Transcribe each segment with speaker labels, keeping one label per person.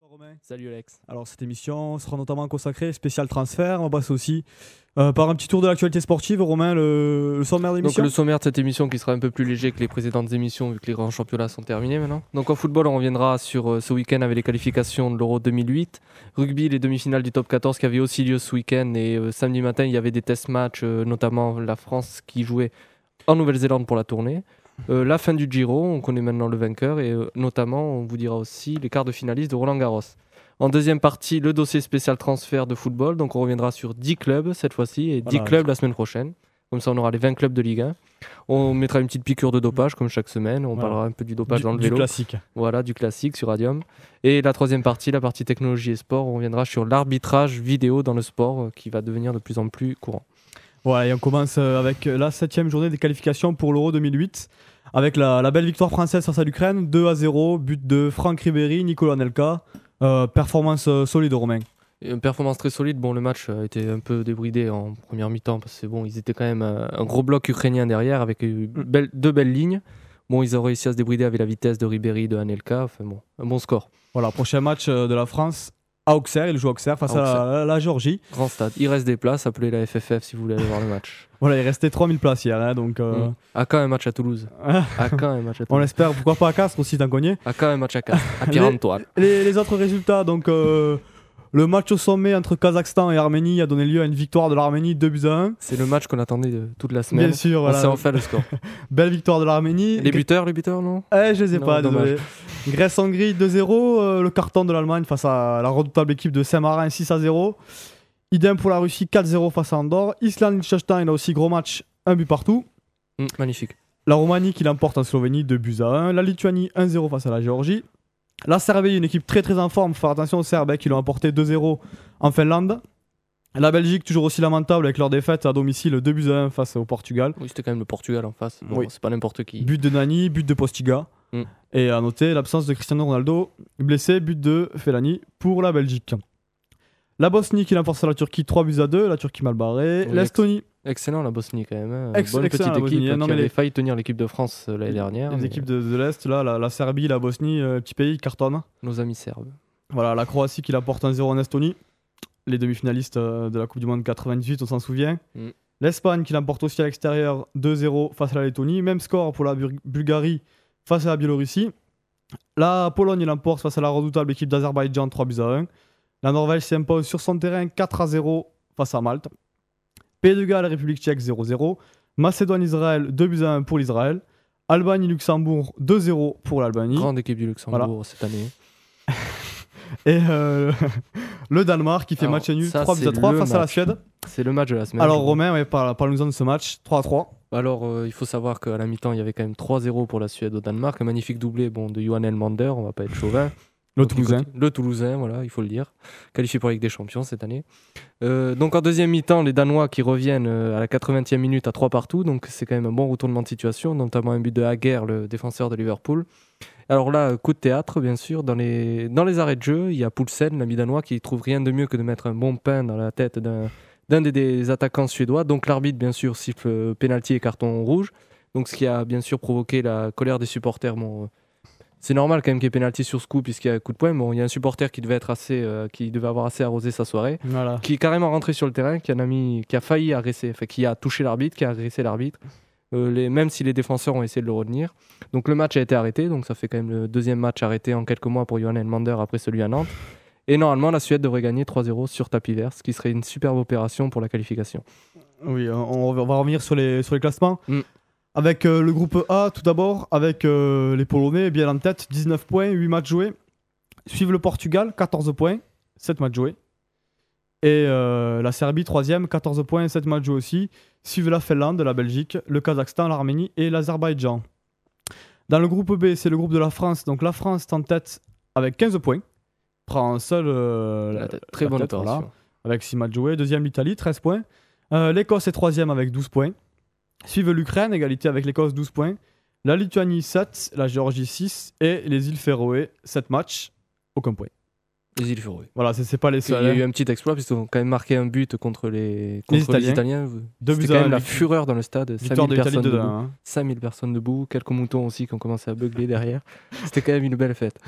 Speaker 1: Romain.
Speaker 2: Salut Alex.
Speaker 1: Alors cette émission sera notamment consacrée spécial transfert. On va passer aussi euh, par un petit tour de l'actualité sportive. Romain, le, le sommaire de
Speaker 2: Donc
Speaker 1: l'émission.
Speaker 2: le sommaire de cette émission qui sera un peu plus léger que les précédentes émissions vu que les grands championnats sont terminés maintenant. Donc en football on reviendra sur euh, ce week-end avec les qualifications de l'Euro 2008. Rugby les demi-finales du top 14 qui avaient aussi lieu ce week-end et euh, samedi matin il y avait des test matchs euh, notamment la France qui jouait en Nouvelle-Zélande pour la tournée. Euh, la fin du Giro, on connaît maintenant le vainqueur et euh, notamment on vous dira aussi les quarts de finaliste de Roland Garros. En deuxième partie, le dossier spécial transfert de football. Donc on reviendra sur 10 clubs cette fois-ci et 10
Speaker 1: Voilà.
Speaker 2: clubs la semaine prochaine. Comme ça on aura les 20 clubs de Ligue 1. On mettra une petite piqûre de dopage comme chaque semaine. On
Speaker 1: Voilà.
Speaker 2: parlera un peu du dopage
Speaker 1: Du-
Speaker 2: dans le
Speaker 1: du
Speaker 2: vélo.
Speaker 1: classique.
Speaker 2: Voilà, du classique sur Radium. Et la troisième partie, la partie technologie et sport, on reviendra sur l'arbitrage vidéo dans le sport euh, qui va devenir de plus en plus courant.
Speaker 1: Voilà, et on commence euh, avec la septième journée des qualifications pour l'Euro 2008, avec la, la belle victoire française face à l'Ukraine, 2 à 0, but de Franck Ribéry, Nicolas Nelka, Euh, performance euh, solide Romain.
Speaker 2: Et Une performance très solide. Bon, le match a été un peu débridé en première mi-temps parce que bon, ils étaient quand même euh, un gros bloc ukrainien derrière avec euh, belle- deux belles lignes. Bon, ils ont réussi à se débrider avec la vitesse de Ribéry, de Anelka. Enfin bon, un bon score.
Speaker 1: Voilà, prochain match euh, de la France à Auxerre, il joue à Auxerre face
Speaker 2: À
Speaker 1: à la, la Géorgie.
Speaker 2: Grand stade. Il reste des places. Appelez la FFF si vous voulez aller voir le match.
Speaker 1: Voilà, il restait 3000 places hier, hein, donc euh,
Speaker 2: Mm. À quand un match à Toulouse À Ah, quand un match à
Speaker 1: on
Speaker 2: Toulouse
Speaker 1: l'espère, pourquoi pas à Castres aussi, tant qu'on y est.
Speaker 2: À quand un match à Castres À Pierre-Antoine
Speaker 1: Les, les autres résultats, donc euh, le match au sommet entre Kazakhstan et Arménie a donné lieu à une victoire de l'Arménie 2 buts à 1.
Speaker 2: C'est le match qu'on attendait de- toute la semaine.
Speaker 1: Bien sûr,
Speaker 2: On
Speaker 1: voilà,
Speaker 2: s'est enfin le score.
Speaker 1: belle victoire de l'Arménie.
Speaker 2: Les buteurs, les buteurs, non
Speaker 1: Eh, je les ai
Speaker 2: Non,
Speaker 1: pas,
Speaker 2: dommage.
Speaker 1: désolé. Grèce-Hongrie 2-0, euh, le carton de l'Allemagne face à la redoutable équipe de Saint-Marin 6-0. Idem pour la Russie 4-0 face à Andorre. Islande-Liechtenstein, là aussi gros match, un but partout.
Speaker 2: Mm, Magnifique.
Speaker 1: La Roumanie qui l'emporte en Slovénie 2 buts à 1. La Lituanie 1-0 face à la Géorgie. La Serbie, une équipe très très en forme, faut faire attention aux Serbes hein, qui l'ont emporté 2-0 en Finlande. La Belgique toujours aussi lamentable avec leur défaite à domicile 2 buts à 1 face au Portugal.
Speaker 2: Oui, c'était quand même le Portugal en face. Bon,
Speaker 1: Oui.
Speaker 2: C'est pas n'importe qui.
Speaker 1: But de Nani, but de Postiga.
Speaker 2: Mm.
Speaker 1: Et à noter l'absence de Cristiano Ronaldo, blessé, but de Fellaini pour la Belgique. La Bosnie qui l'emporte à la Turquie 3 buts à 2, la Turquie mal barrée.
Speaker 2: Oui,
Speaker 1: L'Estonie,
Speaker 2: Excellent la Bosnie quand même. hein.
Speaker 1: Ex-
Speaker 2: Bonne
Speaker 1: excellent,
Speaker 2: petite
Speaker 1: la
Speaker 2: équipe
Speaker 1: Bosnie.
Speaker 2: euh,
Speaker 1: Non,
Speaker 2: qui
Speaker 1: mais
Speaker 2: avait
Speaker 1: les-
Speaker 2: failli tenir l'équipe de France euh, l'année dernière.
Speaker 1: les
Speaker 2: mais
Speaker 1: équipes de, de l'Est, là, la, la Serbie, la Bosnie, euh, petit pays, cartonne.
Speaker 2: Nos amis serbes.
Speaker 1: Voilà, la Croatie qui l'emporte 1-0 en Estonie. Les demi-finalistes euh, de la Coupe du Monde 98, on s'en souvient.
Speaker 2: Mm.
Speaker 1: L'Espagne qui l'emporte aussi à l'extérieur 2-0 face à la Lettonie. Même score pour la Bur- Bulgarie face à la Biélorussie. La Pologne l'emporte face à la redoutable équipe d'Azerbaïdjan 3 buts à 1. La Norvège s'impose sur son terrain 4 à 0 face à Malte. Pays de Galles, République tchèque 0-0. Macédoine-Israël 2 buts à 1 pour l'Israël. Albanie-Luxembourg 2-0 pour l'Albanie.
Speaker 2: Grande équipe du Luxembourg cette année.
Speaker 1: Et euh, le Danemark qui fait
Speaker 2: Alors,
Speaker 1: match nul
Speaker 2: ça,
Speaker 1: 3 buts à
Speaker 2: c'est
Speaker 1: 3
Speaker 2: le
Speaker 1: face à la
Speaker 2: match.
Speaker 1: Suède.
Speaker 2: C'est le match de la semaine.
Speaker 1: Alors Romain, ouais, parle- parle-nous-en de ce match 3 à 3.
Speaker 2: Alors, euh, il faut savoir qu'à la mi-temps, il y avait quand même 3-0 pour la Suède au Danemark. Un magnifique doublé bon, de Johan Elmander, on va pas être chauvin.
Speaker 1: Le
Speaker 2: Donc, du côté- Le Toulousain, voilà, il faut le dire. Qualifié pour la Ligue des Champions cette année. Euh, donc en deuxième mi-temps, les Danois qui reviennent euh, à la 80e minute à 3 partout. Donc c'est quand même un bon retournement de situation, notamment un but de Hager, le défenseur de Liverpool. Alors là, euh, coup de théâtre, bien sûr. Dans les, dans les arrêts de jeu, il y a Poulsen, l'ami danois, qui trouve rien de mieux que de mettre un bon pain dans la tête d'un d'un des, des attaquants suédois. Donc l'arbitre, bien sûr, siffle euh, pénalty et carton rouge. Donc ce qui a bien sûr provoqué la colère des supporters. Bon, euh, c'est normal quand même qu'il y ait pénalty sur ce coup puisqu'il y a un coup de poing. Bon, il y a un supporter qui devait être assez, euh, qui devait avoir assez arrosé sa soirée,
Speaker 1: Voilà.
Speaker 2: qui est carrément rentré sur le terrain, qui en a mis, qui a failli agresser, enfin qui a touché l'arbitre, qui a agressé l'arbitre. Euh, les, même si les défenseurs ont essayé de le retenir. Donc le match a été arrêté, donc ça fait quand même le deuxième match arrêté en quelques mois pour Johan Elmander après celui à Nantes. Et normalement, la Suède devrait gagner 3-0 sur tapis vert, ce qui serait une superbe opération pour la qualification.
Speaker 1: Oui, euh, on, on va revenir sur les, sur les classements.
Speaker 2: Mm.
Speaker 1: Avec euh, le groupe A tout d'abord, avec euh, les Polonais bien en tête, 19 points, 8 matchs joués. Suivent le Portugal, 14 points, 7 matchs joués. Et euh, la Serbie, 3ème, 14 points, 7 matchs joués aussi. Suivent la Finlande, la Belgique, le Kazakhstan, l'Arménie et l'Azerbaïdjan. Dans le groupe B, c'est le groupe de la France. Donc la France est en tête avec 15 points. Prend un seul. euh, la-
Speaker 2: Très
Speaker 1: la
Speaker 2: bonne
Speaker 1: tête, voilà
Speaker 2: opération.
Speaker 1: avec 6 matchs joués. Deuxième l'Italie, 13 points. Euh, L'Écosse est troisième avec 12 points. Suivent l'Ukraine, égalité avec l'Écosse, 12 points. La Lituanie, 7. La Géorgie, 6. Et les îles Féroé, 7 matchs, aucun point.
Speaker 2: Les îles Féroé.
Speaker 1: Voilà, c'est c'est pas les
Speaker 2: Il y a
Speaker 1: seuls.
Speaker 2: eu
Speaker 1: hein.
Speaker 2: un petit exploit puisqu'ils ont quand même marqué un but contre les, contre les
Speaker 1: Italiens.
Speaker 2: Italiens.
Speaker 1: Deux
Speaker 2: C'était
Speaker 1: buts à
Speaker 2: quand
Speaker 1: un,
Speaker 2: même la
Speaker 1: vic-
Speaker 2: fureur dans le stade.
Speaker 1: Victoire
Speaker 2: 5000
Speaker 1: de l'Italie
Speaker 2: personnes,
Speaker 1: 2
Speaker 2: debout, 5000 personnes debout, quelques moutons aussi qui ont commencé à beugler derrière. C'était quand même une belle fête.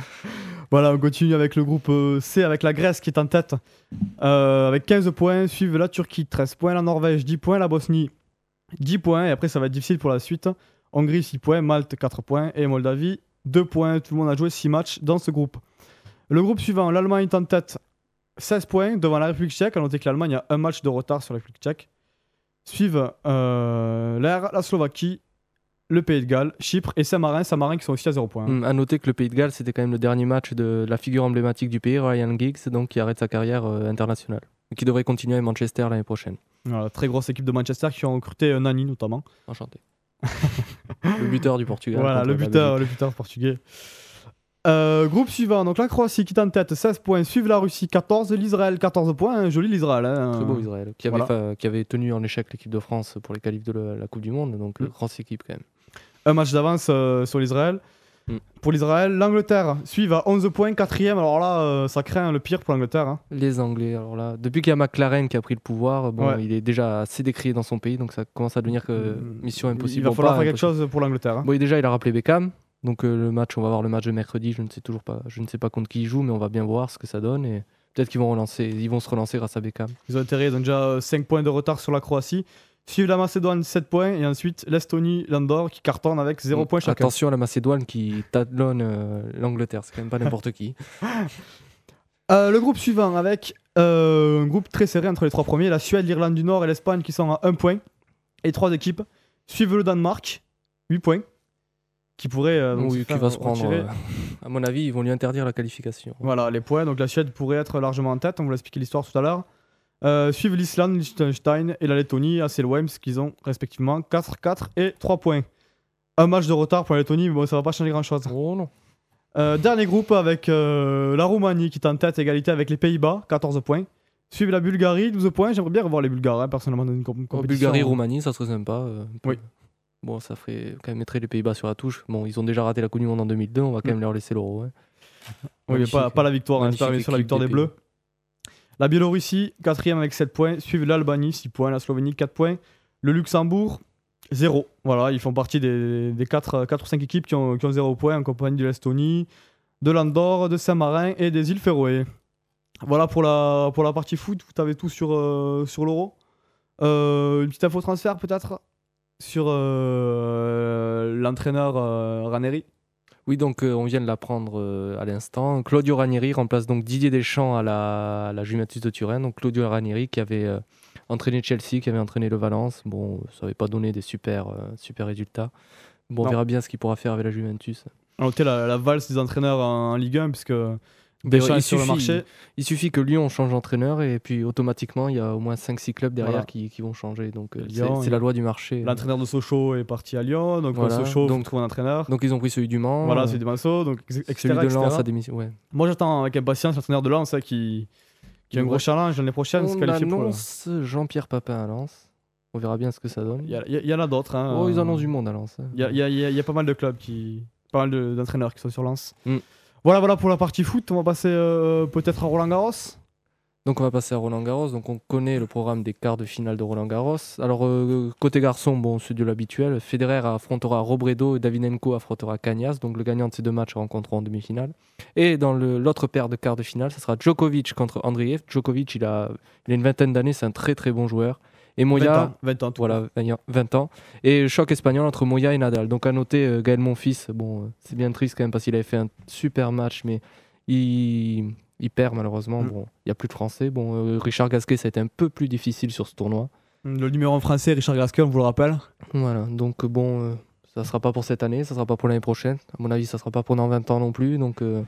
Speaker 1: Voilà, on continue avec le groupe euh, C, avec la Grèce qui est en tête euh, avec 15 points. Suivent la Turquie, 13 points, la Norvège, 10 points, la Bosnie, 10 points. Et après, ça va être difficile pour la suite. Hongrie, 6 points, Malte, 4 points et Moldavie, 2 points. Tout le monde a joué 6 matchs dans ce groupe. Le groupe suivant, l'Allemagne est en tête, 16 points devant la République tchèque. À noter que l'Allemagne a un match de retard sur la République tchèque. Suivent euh, l'Air, la Slovaquie, le Pays de Galles, Chypre et Saint-Marin. Saint-Marin qui sont aussi à 0 points.
Speaker 2: Hum, À noter que le Pays de Galles, c'était quand même le dernier match de la figure emblématique du pays, Ryan Giggs, donc qui arrête sa carrière euh, internationale, qui devrait continuer à Manchester l'année prochaine.
Speaker 1: Voilà, très grosse équipe de Manchester qui ont recruté euh, Nani notamment.
Speaker 2: Enchanté. le buteur du Portugal.
Speaker 1: Voilà,
Speaker 2: contre
Speaker 1: le
Speaker 2: la
Speaker 1: buteur,
Speaker 2: Belgique.
Speaker 1: le buteur portugais. Euh, groupe suivant, donc la Croatie qui est en tête, 16 points, suivent la Russie, 14, l'Israël, 14 points, joli l'Israël. hein.
Speaker 2: Très beau Israël, qui avait, fa- qui avait tenu en échec l'équipe de France pour les qualifs de la, la Coupe du Monde, donc
Speaker 1: Hum.
Speaker 2: euh, grosse équipe quand même.
Speaker 1: Un match d'avance euh, sur l'Israël.
Speaker 2: Mm.
Speaker 1: Pour l'Israël, l'Angleterre suivent à 11 points, 4 alors là, euh, ça craint le pire pour l'Angleterre. hein.
Speaker 2: Les Anglais, alors là, depuis qu'il y a McLaren qui a pris le pouvoir, bon,
Speaker 1: Ouais.
Speaker 2: il est déjà assez décrié dans son pays, donc ça commence à devenir que
Speaker 1: Mm.
Speaker 2: mission impossible.
Speaker 1: Il va
Speaker 2: bon,
Speaker 1: falloir
Speaker 2: pas
Speaker 1: faire quelque
Speaker 2: impossible.
Speaker 1: chose pour l'Angleterre. hein.
Speaker 2: Bon, et déjà, il a rappelé Beckham. Donc euh, le match, on va voir le match de mercredi. Je ne sais toujours pas, je ne sais pas contre qui il joue, mais on va bien voir ce que ça donne et peut-être qu'ils vont relancer, ils vont se relancer grâce à Beckham.
Speaker 1: Ils ont intérêt, ils ont déjà 5 points de retard sur la Croatie. Suivent la Macédoine, 7 points, et ensuite l'Estonie, l'Andorre qui cartonnent avec 0
Speaker 2: Donc,
Speaker 1: points chacun.
Speaker 2: Mm. Attention à la Macédoine qui talonne euh, l'Angleterre, c'est quand même pas n'importe qui.
Speaker 1: Euh, le groupe suivant avec euh, un groupe très serré entre les trois premiers, la Suède, l'Irlande du Nord et l'Espagne qui sont à 1 point. Et trois équipes suivent le Danemark, 8 points, qui pourrait euh, donc
Speaker 2: Oui, qui
Speaker 1: faire
Speaker 2: va se prendre.
Speaker 1: retirer.
Speaker 2: euh, à mon avis, ils vont lui interdire la qualification.
Speaker 1: Voilà, les points. Donc la Suède pourrait être largement en tête, on vous l'a expliqué l'histoire tout à l'heure. Euh, suivent l'Islande, Liechtenstein et la Lettonie, AC Wilms, qu'ils ont respectivement 4, 4 et 3 points. Un match de retard pour la Lettonie, mais bon, ça va pas changer grand chose.
Speaker 2: Oh non.
Speaker 1: Euh, dernier groupe avec euh, la Roumanie qui est en tête, égalité avec les Pays-Bas, 14 points. Suivent la Bulgarie, 12 points. J'aimerais bien revoir les Bulgares, hein, personnellement, dans une comp-
Speaker 2: Oh,
Speaker 1: compétition. hein.
Speaker 2: Bulgarie, Roumanie, ça serait sympa. euh, un peu.
Speaker 1: Oui.
Speaker 2: Bon, ça ferait quand même mettrait les Pays-Bas sur la touche. Bon, ils ont déjà raté la Coupe du Monde en 2002, on va quand même leur laisser l'euro. hein.
Speaker 1: Mm. Oui, mais pas,
Speaker 2: Magnifique.
Speaker 1: pas la victoire, hein,
Speaker 2: Magnifique
Speaker 1: j'espère bien sûr la
Speaker 2: équipe
Speaker 1: victoire
Speaker 2: des
Speaker 1: des Bleus. La Biélorussie, 4 avec 7 points. Suivent l'Albanie, 6 points. La Slovénie, 4 points. Le Luxembourg, 0. Voilà, ils font partie des, 4, ou 5 équipes qui ont, qui ont 0 points en compagnie de l'Estonie, de l'Andorre, de Saint-Marin et des îles Féroé. Voilà pour la, pour la partie foot. Vous avez tout sur, euh, sur l'Euro. Euh, une petite info transfert peut-être sur euh, l'entraîneur euh, Ranieri.
Speaker 2: Oui, donc euh, on vient de l'apprendre euh, à l'instant. Claudio Ranieri remplace donc Didier Deschamps à la, à la Juventus de Turin. Donc Claudio Ranieri qui avait euh, entraîné Chelsea, qui avait entraîné le Valence. Bon, ça n'avait pas donné des super, euh, super résultats. Bon, on
Speaker 1: Non.
Speaker 2: verra bien ce qu'il pourra faire avec la Juventus.
Speaker 1: On notait Ah, la, la valse des entraîneurs en, en Ligue 1 puisque
Speaker 2: D'ailleurs,
Speaker 1: Deschamps est
Speaker 2: il
Speaker 1: sur le
Speaker 2: suffit-
Speaker 1: marché.
Speaker 2: Il suffit que Lyon change d'entraîneur et puis automatiquement il y a au moins 5-6 clubs derrière
Speaker 1: Voilà.
Speaker 2: qui, qui vont changer. Donc euh,
Speaker 1: Lyon,
Speaker 2: c'est c'est
Speaker 1: il-
Speaker 2: la loi du marché. euh.
Speaker 1: L'entraîneur de Sochaux est parti à Lyon, donc
Speaker 2: Voilà,
Speaker 1: Sochaux
Speaker 2: donc-
Speaker 1: donc, trouve un entraîneur.
Speaker 2: Donc ils ont pris celui du Mans,
Speaker 1: voilà,
Speaker 2: euh,
Speaker 1: c'est des pinceaux, donc ex- etc.
Speaker 2: celui de
Speaker 1: etc.
Speaker 2: Lens à démission. ouais.
Speaker 1: Moi j'attends avec impatience l'entraîneur de Lens hein, qui, qui a un
Speaker 2: Ouais.
Speaker 1: gros challenge l'année prochaine, se
Speaker 2: On
Speaker 1: qualifier pour. le-
Speaker 2: annonce Jean-Pierre Papin à Lens. On verra bien ce que ça donne.
Speaker 1: Il y, a- il y a- il y en a d'autres. hein.
Speaker 2: Oh, ils en ont du monde à Lens. hein.
Speaker 1: Il y a, il y a- il y a- il y a pas mal de clubs qui. pas mal de- d'entraîneurs qui sont sur Lens.
Speaker 2: Mm.
Speaker 1: Voilà, voilà pour la partie foot. On va passer euh, peut-être à Roland Garros.
Speaker 2: Donc on va passer à Roland Garros. Donc on connaît le programme des quarts de finale de Roland Garros. Alors euh, côté garçon, bon c'est de l'habituel. Federer affrontera Robredo et Davinenko affrontera Cagnas. Donc le gagnant de ces deux matchs se rencontrera en demi-finale. Et dans le- l'autre paire de quarts de finale, ce sera Djokovic contre Andriev. Djokovic, il a, il a une vingtaine d'années, c'est un très très bon joueur. Et
Speaker 1: 20
Speaker 2: Moya,
Speaker 1: ans, 20 ans, tout.
Speaker 2: voilà, 20 ans. Et choc espagnol entre Moya et Nadal. Donc à noter, euh, Gaël Monfils, bon, euh, c'est bien triste quand même parce qu'il avait fait un super match, mais il, il perd malheureusement.
Speaker 1: Mm.
Speaker 2: Bon, il n'y a plus de Français. Bon, euh, Richard Gasquet, ça a été un peu plus difficile sur ce tournoi.
Speaker 1: Le numéro en français, Richard Gasquet, on vous le rappelle.
Speaker 2: Voilà, donc euh, bon, euh, ça sera pas pour cette année, ça sera pas pour l'année prochaine. À mon avis, ça sera pas pendant 20 ans non plus. Donc euh,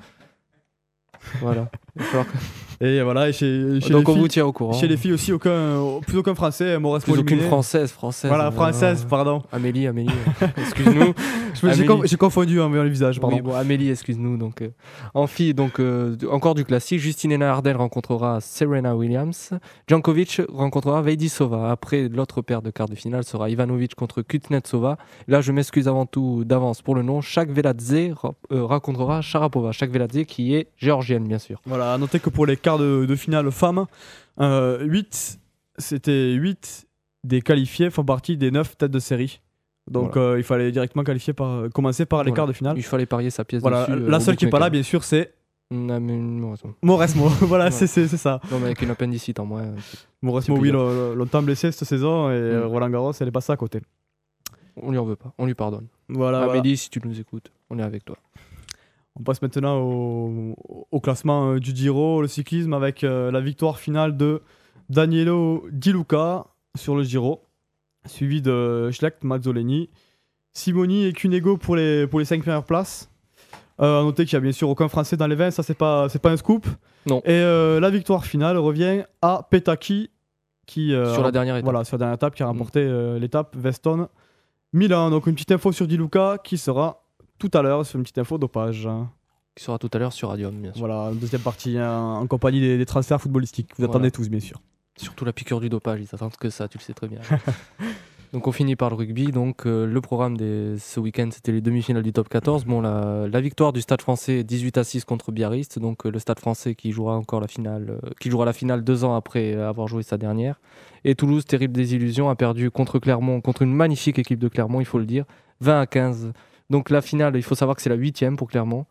Speaker 2: voilà. Il va falloir que-
Speaker 1: Et voilà, et chez, chez
Speaker 2: donc
Speaker 1: les
Speaker 2: on vous
Speaker 1: filles,
Speaker 2: tient au courant.
Speaker 1: chez les filles aussi, aucun, plus aucun français, Maurice
Speaker 2: Plus aucune
Speaker 1: Moliné.
Speaker 2: française, française.
Speaker 1: Voilà,
Speaker 2: euh,
Speaker 1: française, pardon.
Speaker 2: Amélie, Amélie, euh, excuse-nous.
Speaker 1: Je me- J'ai
Speaker 2: Amélie.
Speaker 1: con- j'ai confondu
Speaker 2: hein,
Speaker 1: en voyant le visage, pardon.
Speaker 2: Oui, bon, Amélie, excuse-nous. Donc, euh, en fille, donc, euh, d- encore du classique. Justine Ardel rencontrera Serena Williams. Djankovic rencontrera Veidisova. Après, l'autre paire de quarts de finale sera Ivanovic contre Kuznetsova. Là, je m'excuse avant tout d'avance pour le nom. Chaque Veladze ra- euh, rencontrera Sharapova. Chaque Veladze qui est géorgienne, bien sûr.
Speaker 1: Voilà, à noter que pour les quarts de, de finale femmes, 8, c'était 8 des qualifiés font partie des 9 têtes de série. Donc euh, il fallait directement qualifier par, euh, commencer par les
Speaker 2: Voilà.
Speaker 1: quarts de finale.
Speaker 2: Il fallait parier sa pièce
Speaker 1: Voilà,
Speaker 2: dessus. euh,
Speaker 1: la
Speaker 2: au
Speaker 1: seule qui n'est pas là,
Speaker 2: bookmaker.
Speaker 1: bien sûr, c'est
Speaker 2: Non, mais non, attends.
Speaker 1: Mauresmo, voilà,
Speaker 2: Ouais.
Speaker 1: c'est c'est- c'est ça.
Speaker 2: Non, mais avec une appendicite en moins.
Speaker 1: Mauresmo,
Speaker 2: C'est
Speaker 1: oui,
Speaker 2: pliant.
Speaker 1: l'ont longtemps blessé cette saison et euh,
Speaker 2: Mm.
Speaker 1: Roland Garros, elle est passée à côté.
Speaker 2: On lui en veut pas. On lui pardonne.
Speaker 1: Voilà. Bah, voilà.
Speaker 2: Amélie, si tu nous écoutes, on est avec toi.
Speaker 1: On passe maintenant au, au classement euh, du Giro, le cyclisme, avec euh, la victoire finale de Danielo Di Luca sur le Giro, suivi de Schlecht, Mazzoleni, Simoni et Cunego pour les, pour les 5 premières places. Euh, à noter qu'il n'y a bien sûr aucun Français dans les 20, ça c'est pas, c'est pas un scoop.
Speaker 2: Non.
Speaker 1: Et euh, la victoire finale revient à Petaki, qui, euh,
Speaker 2: Sur
Speaker 1: a-
Speaker 2: la dernière étape.
Speaker 1: voilà, sur la dernière étape,
Speaker 2: Mm.
Speaker 1: qui a remporté euh, l'étape Veston Milan. Donc une petite info sur Di Luca qui sera tout à l'heure sur une petite info dopage.
Speaker 2: Qui sera tout à l'heure sur Radium, bien sûr.
Speaker 1: Voilà, deuxième partie hein, en compagnie des, des transferts footballistiques. Vous
Speaker 2: Voilà.
Speaker 1: attendez tous, bien sûr.
Speaker 2: Surtout la piqûre du dopage, ils attendent que ça, tu le sais très bien. donc on finit par le rugby. Donc euh, le programme de ce week-end, c'était les demi-finales du top 14. Bon, la, la victoire du Stade Français 18 à 6 contre Biarritz. Donc euh, le Stade Français qui jouera encore la finale, euh, qui jouera la finale deux ans après euh, avoir joué sa dernière. Et Toulouse, terrible désillusion, a perdu contre Clermont, contre une magnifique équipe de Clermont, il faut le dire, 20 à 15. Donc la finale, il faut savoir que c'est la huitième pour Clermont.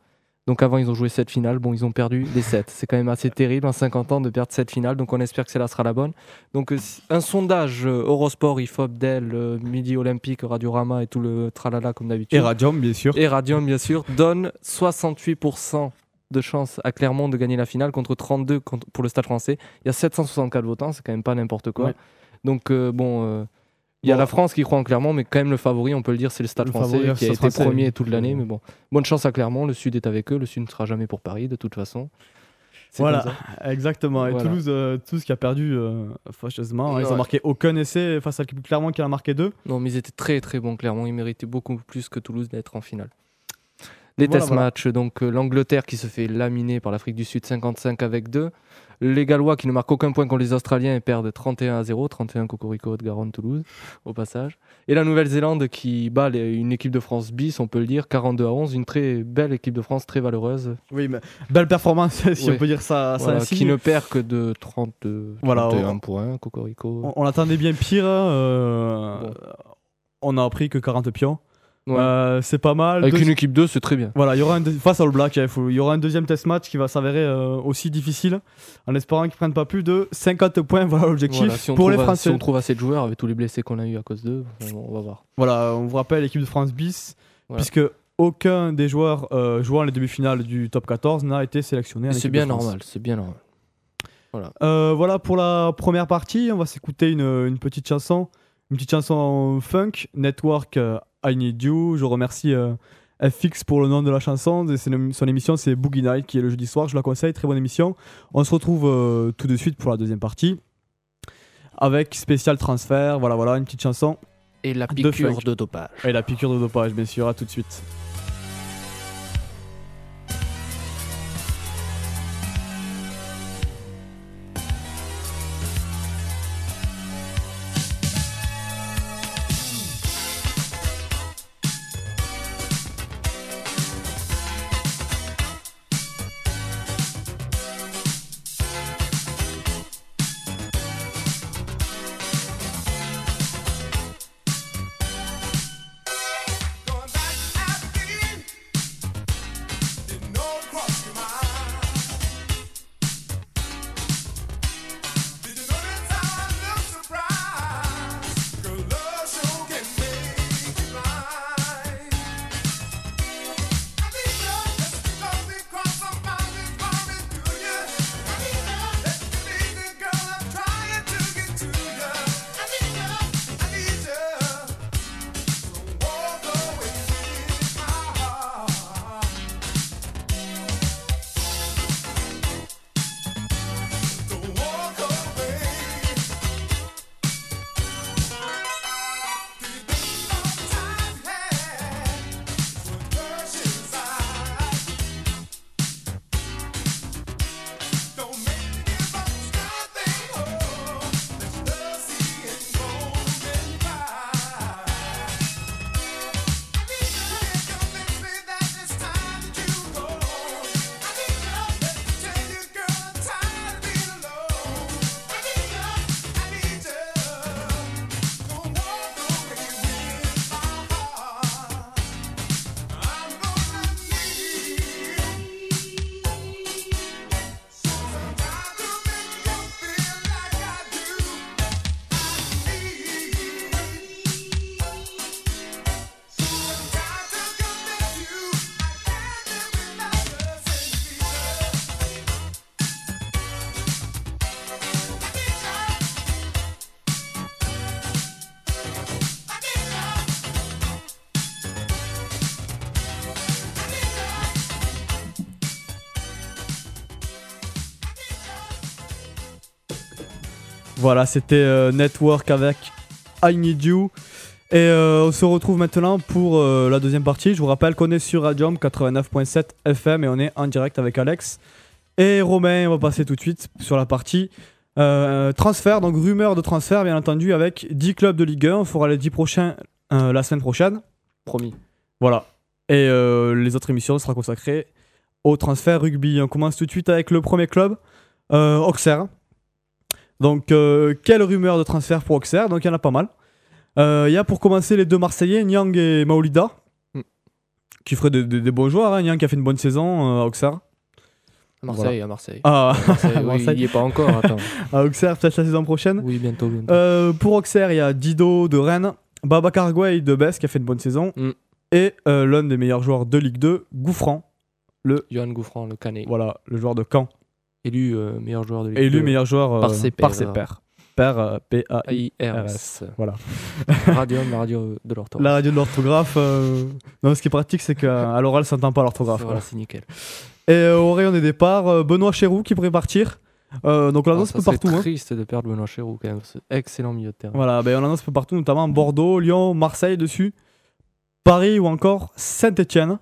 Speaker 2: Donc avant, ils ont joué sept finales. Bon, ils ont perdu les sept. C'est quand même assez terrible en 50 ans de perdre sept finales. Donc on espère que celle-là sera la bonne. Donc euh, c- un sondage euh, Eurosport, IFOP, Dell, euh, Midi Olympique, Radiorama et tout le tralala comme d'habitude.
Speaker 1: Et Radium, bien sûr.
Speaker 2: Et Radium, bien sûr, donne 68% de chance à Clermont de gagner la finale contre 32 contre- pour le Stade français. Il y a 764 votants, c'est quand même pas n'importe quoi.
Speaker 1: Ouais.
Speaker 2: Donc, euh, bon, euh, il y a
Speaker 1: Bon.
Speaker 2: la France qui croit en Clermont, mais quand même le favori, on peut le dire, c'est le Stade
Speaker 1: Le
Speaker 2: français
Speaker 1: favori,
Speaker 2: qui a
Speaker 1: ça sera
Speaker 2: été
Speaker 1: Clermont.
Speaker 2: premier toute l'année.
Speaker 1: Euh.
Speaker 2: Mais bon, bonne chance à Clermont, le Sud est avec eux, le Sud ne sera jamais pour Paris de toute façon. C'est
Speaker 1: Voilà,
Speaker 2: comme ça.
Speaker 1: exactement. Et
Speaker 2: Voilà.
Speaker 1: Toulouse, euh, Toulouse qui a perdu euh, fâcheusement. Ils
Speaker 2: Ouais.
Speaker 1: ont marqué aucun essai face à l'équipe Clermont qui en a marqué deux.
Speaker 2: Non, mais ils étaient très très bons, clairement. Ils méritaient beaucoup plus que Toulouse d'être en finale. Les
Speaker 1: Voilà,
Speaker 2: test
Speaker 1: voilà.
Speaker 2: matchs, donc euh, l'Angleterre qui se fait laminer par l'Afrique du Sud 55 avec 2. Les Gallois qui ne marquent aucun point contre les Australiens et perdent 31 à 0. 31 Cocorico de Garonne Toulouse, au passage. Et la Nouvelle-Zélande qui bat les- une équipe de France bis, on peut le dire, 42 à 11. Une très belle équipe de France, très valeureuse,
Speaker 1: Oui, mais belle performance, si
Speaker 2: Ouais.
Speaker 1: on peut dire ça. Ah, ça
Speaker 2: voilà,
Speaker 1: ainsi.
Speaker 2: qui ne perd que de euh, 32,
Speaker 1: Voilà,
Speaker 2: 31 points, Cocorico.
Speaker 1: on, on attendait bien pire. hein, euh,
Speaker 2: Bon.
Speaker 1: On a appris que 40 pions.
Speaker 2: Ouais.
Speaker 1: Euh, c'est pas mal.
Speaker 2: Avec
Speaker 1: Deux-
Speaker 2: une équipe 2, c'est très bien.
Speaker 1: Voilà, il y aura un deux- face au Black, il faut- il y aura un deuxième test match qui va s'avérer euh, aussi difficile, en espérant qu'ils prennent pas plus de 50 points. Voilà l'objectif
Speaker 2: Voilà, si on
Speaker 1: pour les
Speaker 2: trouve à-
Speaker 1: Français.
Speaker 2: Si on trouve assez de joueurs avec tous les blessés qu'on a eu à cause d'eux, enfin, bon, on va voir.
Speaker 1: Voilà, on vous rappelle l'équipe de France bis,
Speaker 2: Voilà.
Speaker 1: puisque aucun des joueurs euh, jouant les demi-finales du top 14 n'a été sélectionné. en
Speaker 2: Mais C'est
Speaker 1: équipe
Speaker 2: bien
Speaker 1: de France.
Speaker 2: normal, c'est bien normal.
Speaker 1: Euh, voilà pour la première partie, on va s'écouter une, une petite chanson, une petite chanson funk, Network euh, I Need You. Je remercie euh, FX pour le nom de la chanson. Et c'est le- son émission, c'est Boogie Night, qui est le jeudi soir. Je la conseille, très bonne émission. On se retrouve euh, tout de suite pour la deuxième partie. Avec spécial transfert, voilà, voilà, une petite chanson.
Speaker 2: Et la
Speaker 1: piqûre
Speaker 2: piqûre de, dopage.
Speaker 1: Et la piqûre de dopage, bien sûr, à tout de suite.
Speaker 3: Going back after
Speaker 1: Voilà, c'était euh, Network avec I Need You. Et euh, on se retrouve maintenant pour euh, la deuxième partie. Je vous rappelle qu'on est sur Radium 89.7 FM et on est en direct avec Alex. Et Romain, on va passer tout de suite sur la partie euh, transfert, donc rumeur de transfert, bien entendu, avec 10 clubs de Ligue 1. On fera les 10 prochains euh, la semaine prochaine.
Speaker 2: Promis.
Speaker 1: Voilà. Et euh, les autres émissions seront consacrées au transfert rugby. On commence tout de suite avec le premier club, euh, Auxerre. Donc, euh, quelle rumeur de transfert pour Auxerre Donc, il y en a pas mal. Euh, Il y a pour commencer les deux Marseillais, Nyang et Maolida,
Speaker 2: Mm.
Speaker 1: qui feraient des de, des bons joueurs. hein. Nyang qui a fait une bonne saison euh, à Auxerre.
Speaker 2: À Marseille,
Speaker 1: Voilà.
Speaker 2: à Marseille.
Speaker 1: Ah,
Speaker 2: Marseille, oui,
Speaker 1: Marseille.
Speaker 2: il n'y est pas encore, attends.
Speaker 1: à Auxerre, peut-être la saison prochaine.
Speaker 2: Oui, bientôt. bientôt.
Speaker 1: Euh, pour Auxerre, il y a Dido de Rennes, Babacar Gueye de Besse qui a fait une bonne saison,
Speaker 2: Mm.
Speaker 1: et euh, l'un des meilleurs joueurs de Ligue 2, Gouffran,
Speaker 2: Johan Gouffran, le Canet,
Speaker 1: voilà, le joueur de Caen,
Speaker 2: élu euh, meilleur joueur de Ligue
Speaker 1: élu
Speaker 2: 2,
Speaker 1: meilleur joueur euh,
Speaker 2: par ses
Speaker 1: par
Speaker 2: pairs. Ah,
Speaker 1: ses pairs. euh, Père P-A-I.
Speaker 2: AIRS.
Speaker 1: Voilà.
Speaker 2: Radium, la radio de l'orthographe.
Speaker 1: La radio de l'orthographe. euh, Non, ce qui est pratique, c'est qu'à à l'oral, ça n'entend pas l'orthographe.
Speaker 2: Voilà, c'est nickel.
Speaker 1: Et euh, au rayon des départs, euh, Benoît Chéroux qui pourrait partir. Euh, donc on l'annonce
Speaker 2: Ah,
Speaker 1: un
Speaker 2: ça
Speaker 1: peu
Speaker 2: serait
Speaker 1: partout. hein.
Speaker 2: triste de perdre Benoît Chéroux, quand même. ce excellent milieu de terrain.
Speaker 1: Voilà, ben on annonce un peu partout, notamment Bordeaux, Lyon, Marseille dessus, Paris ou encore Saint-Etienne,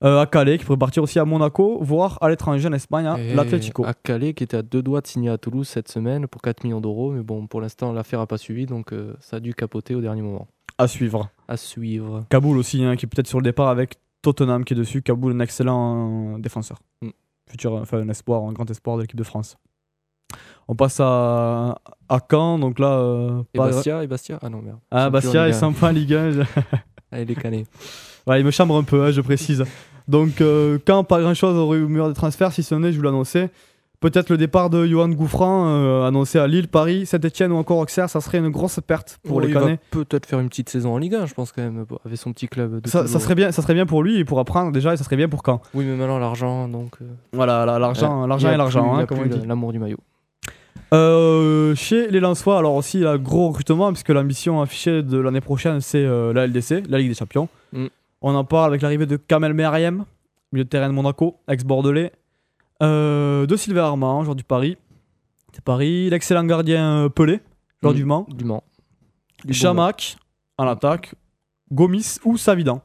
Speaker 1: à Calais, qui pourrait partir aussi à Monaco, voire à l'étranger en Espagne, à
Speaker 2: Et
Speaker 1: Ah, l'Atlético.
Speaker 2: À Calais, qui était à deux doigts de signer à Toulouse cette semaine pour 4 millions d'euros. Mais bon, pour l'instant, l'affaire n'a pas suivi, donc euh, ça a dû capoter au dernier moment.
Speaker 1: À suivre.
Speaker 2: À suivre.
Speaker 1: Kaboul aussi, hein, qui est peut-être sur le départ avec Tottenham qui est dessus. Kaboul, un excellent euh, défenseur.
Speaker 2: Mm.
Speaker 1: Futur, euh, enfin, un espoir, un grand espoir de l'équipe de France. On passe à, à Caen, donc là, euh,
Speaker 2: Et
Speaker 1: pas-
Speaker 2: Bastia, et Bastia Ah non, merde.
Speaker 1: Ah, Bastia est sympa, Ligue 1. je-
Speaker 2: Allez, les Canets.
Speaker 1: Ouais, il me chambre un peu, hein, je précise. Donc, euh, quand pas grand chose au mur des transferts, si ce n'est, je vous l'annonçais, peut-être le départ de Johan Gouffran, euh, annoncé à Lille, Paris, Saint-Etienne ou encore Auxerre, ça serait une grosse perte pour
Speaker 2: Bon,
Speaker 1: les
Speaker 2: il va
Speaker 1: Canets.
Speaker 2: peut-être faire une petite saison en Ligue 1, je pense, quand même, bon, avec son petit club. De
Speaker 1: Ça,
Speaker 2: Toulouse.
Speaker 1: ça serait bien, ça serait bien pour lui, il pourra prendre déjà, et ça serait bien pour quand
Speaker 2: Oui, mais maintenant, l'argent, donc. euh,
Speaker 1: Voilà, là, l'argent
Speaker 2: il
Speaker 1: l'argent
Speaker 2: y a
Speaker 1: et l'argent,
Speaker 2: plus-
Speaker 1: hein,
Speaker 2: il y a
Speaker 1: comme on
Speaker 2: plus
Speaker 1: dit.
Speaker 2: L'amour du maillot.
Speaker 1: Euh, chez les Lensois, alors aussi, là, gros recrutement, hein, puisque l'ambition affichée de l'année prochaine, c'est euh, la LDC, la Ligue des Champions.
Speaker 2: Mm.
Speaker 1: On en parle avec l'arrivée de Kamel Meriem, milieu de terrain de Monaco, ex-Bordelais. Euh, de Sylvain Armand, joueur du Paris. C'est Paris. L'excellent gardien euh, Pelé, joueur
Speaker 2: Mm.
Speaker 1: du Mans.
Speaker 2: Du Mans. Du
Speaker 1: Chamac, en attaque. Gomis ou Savidan.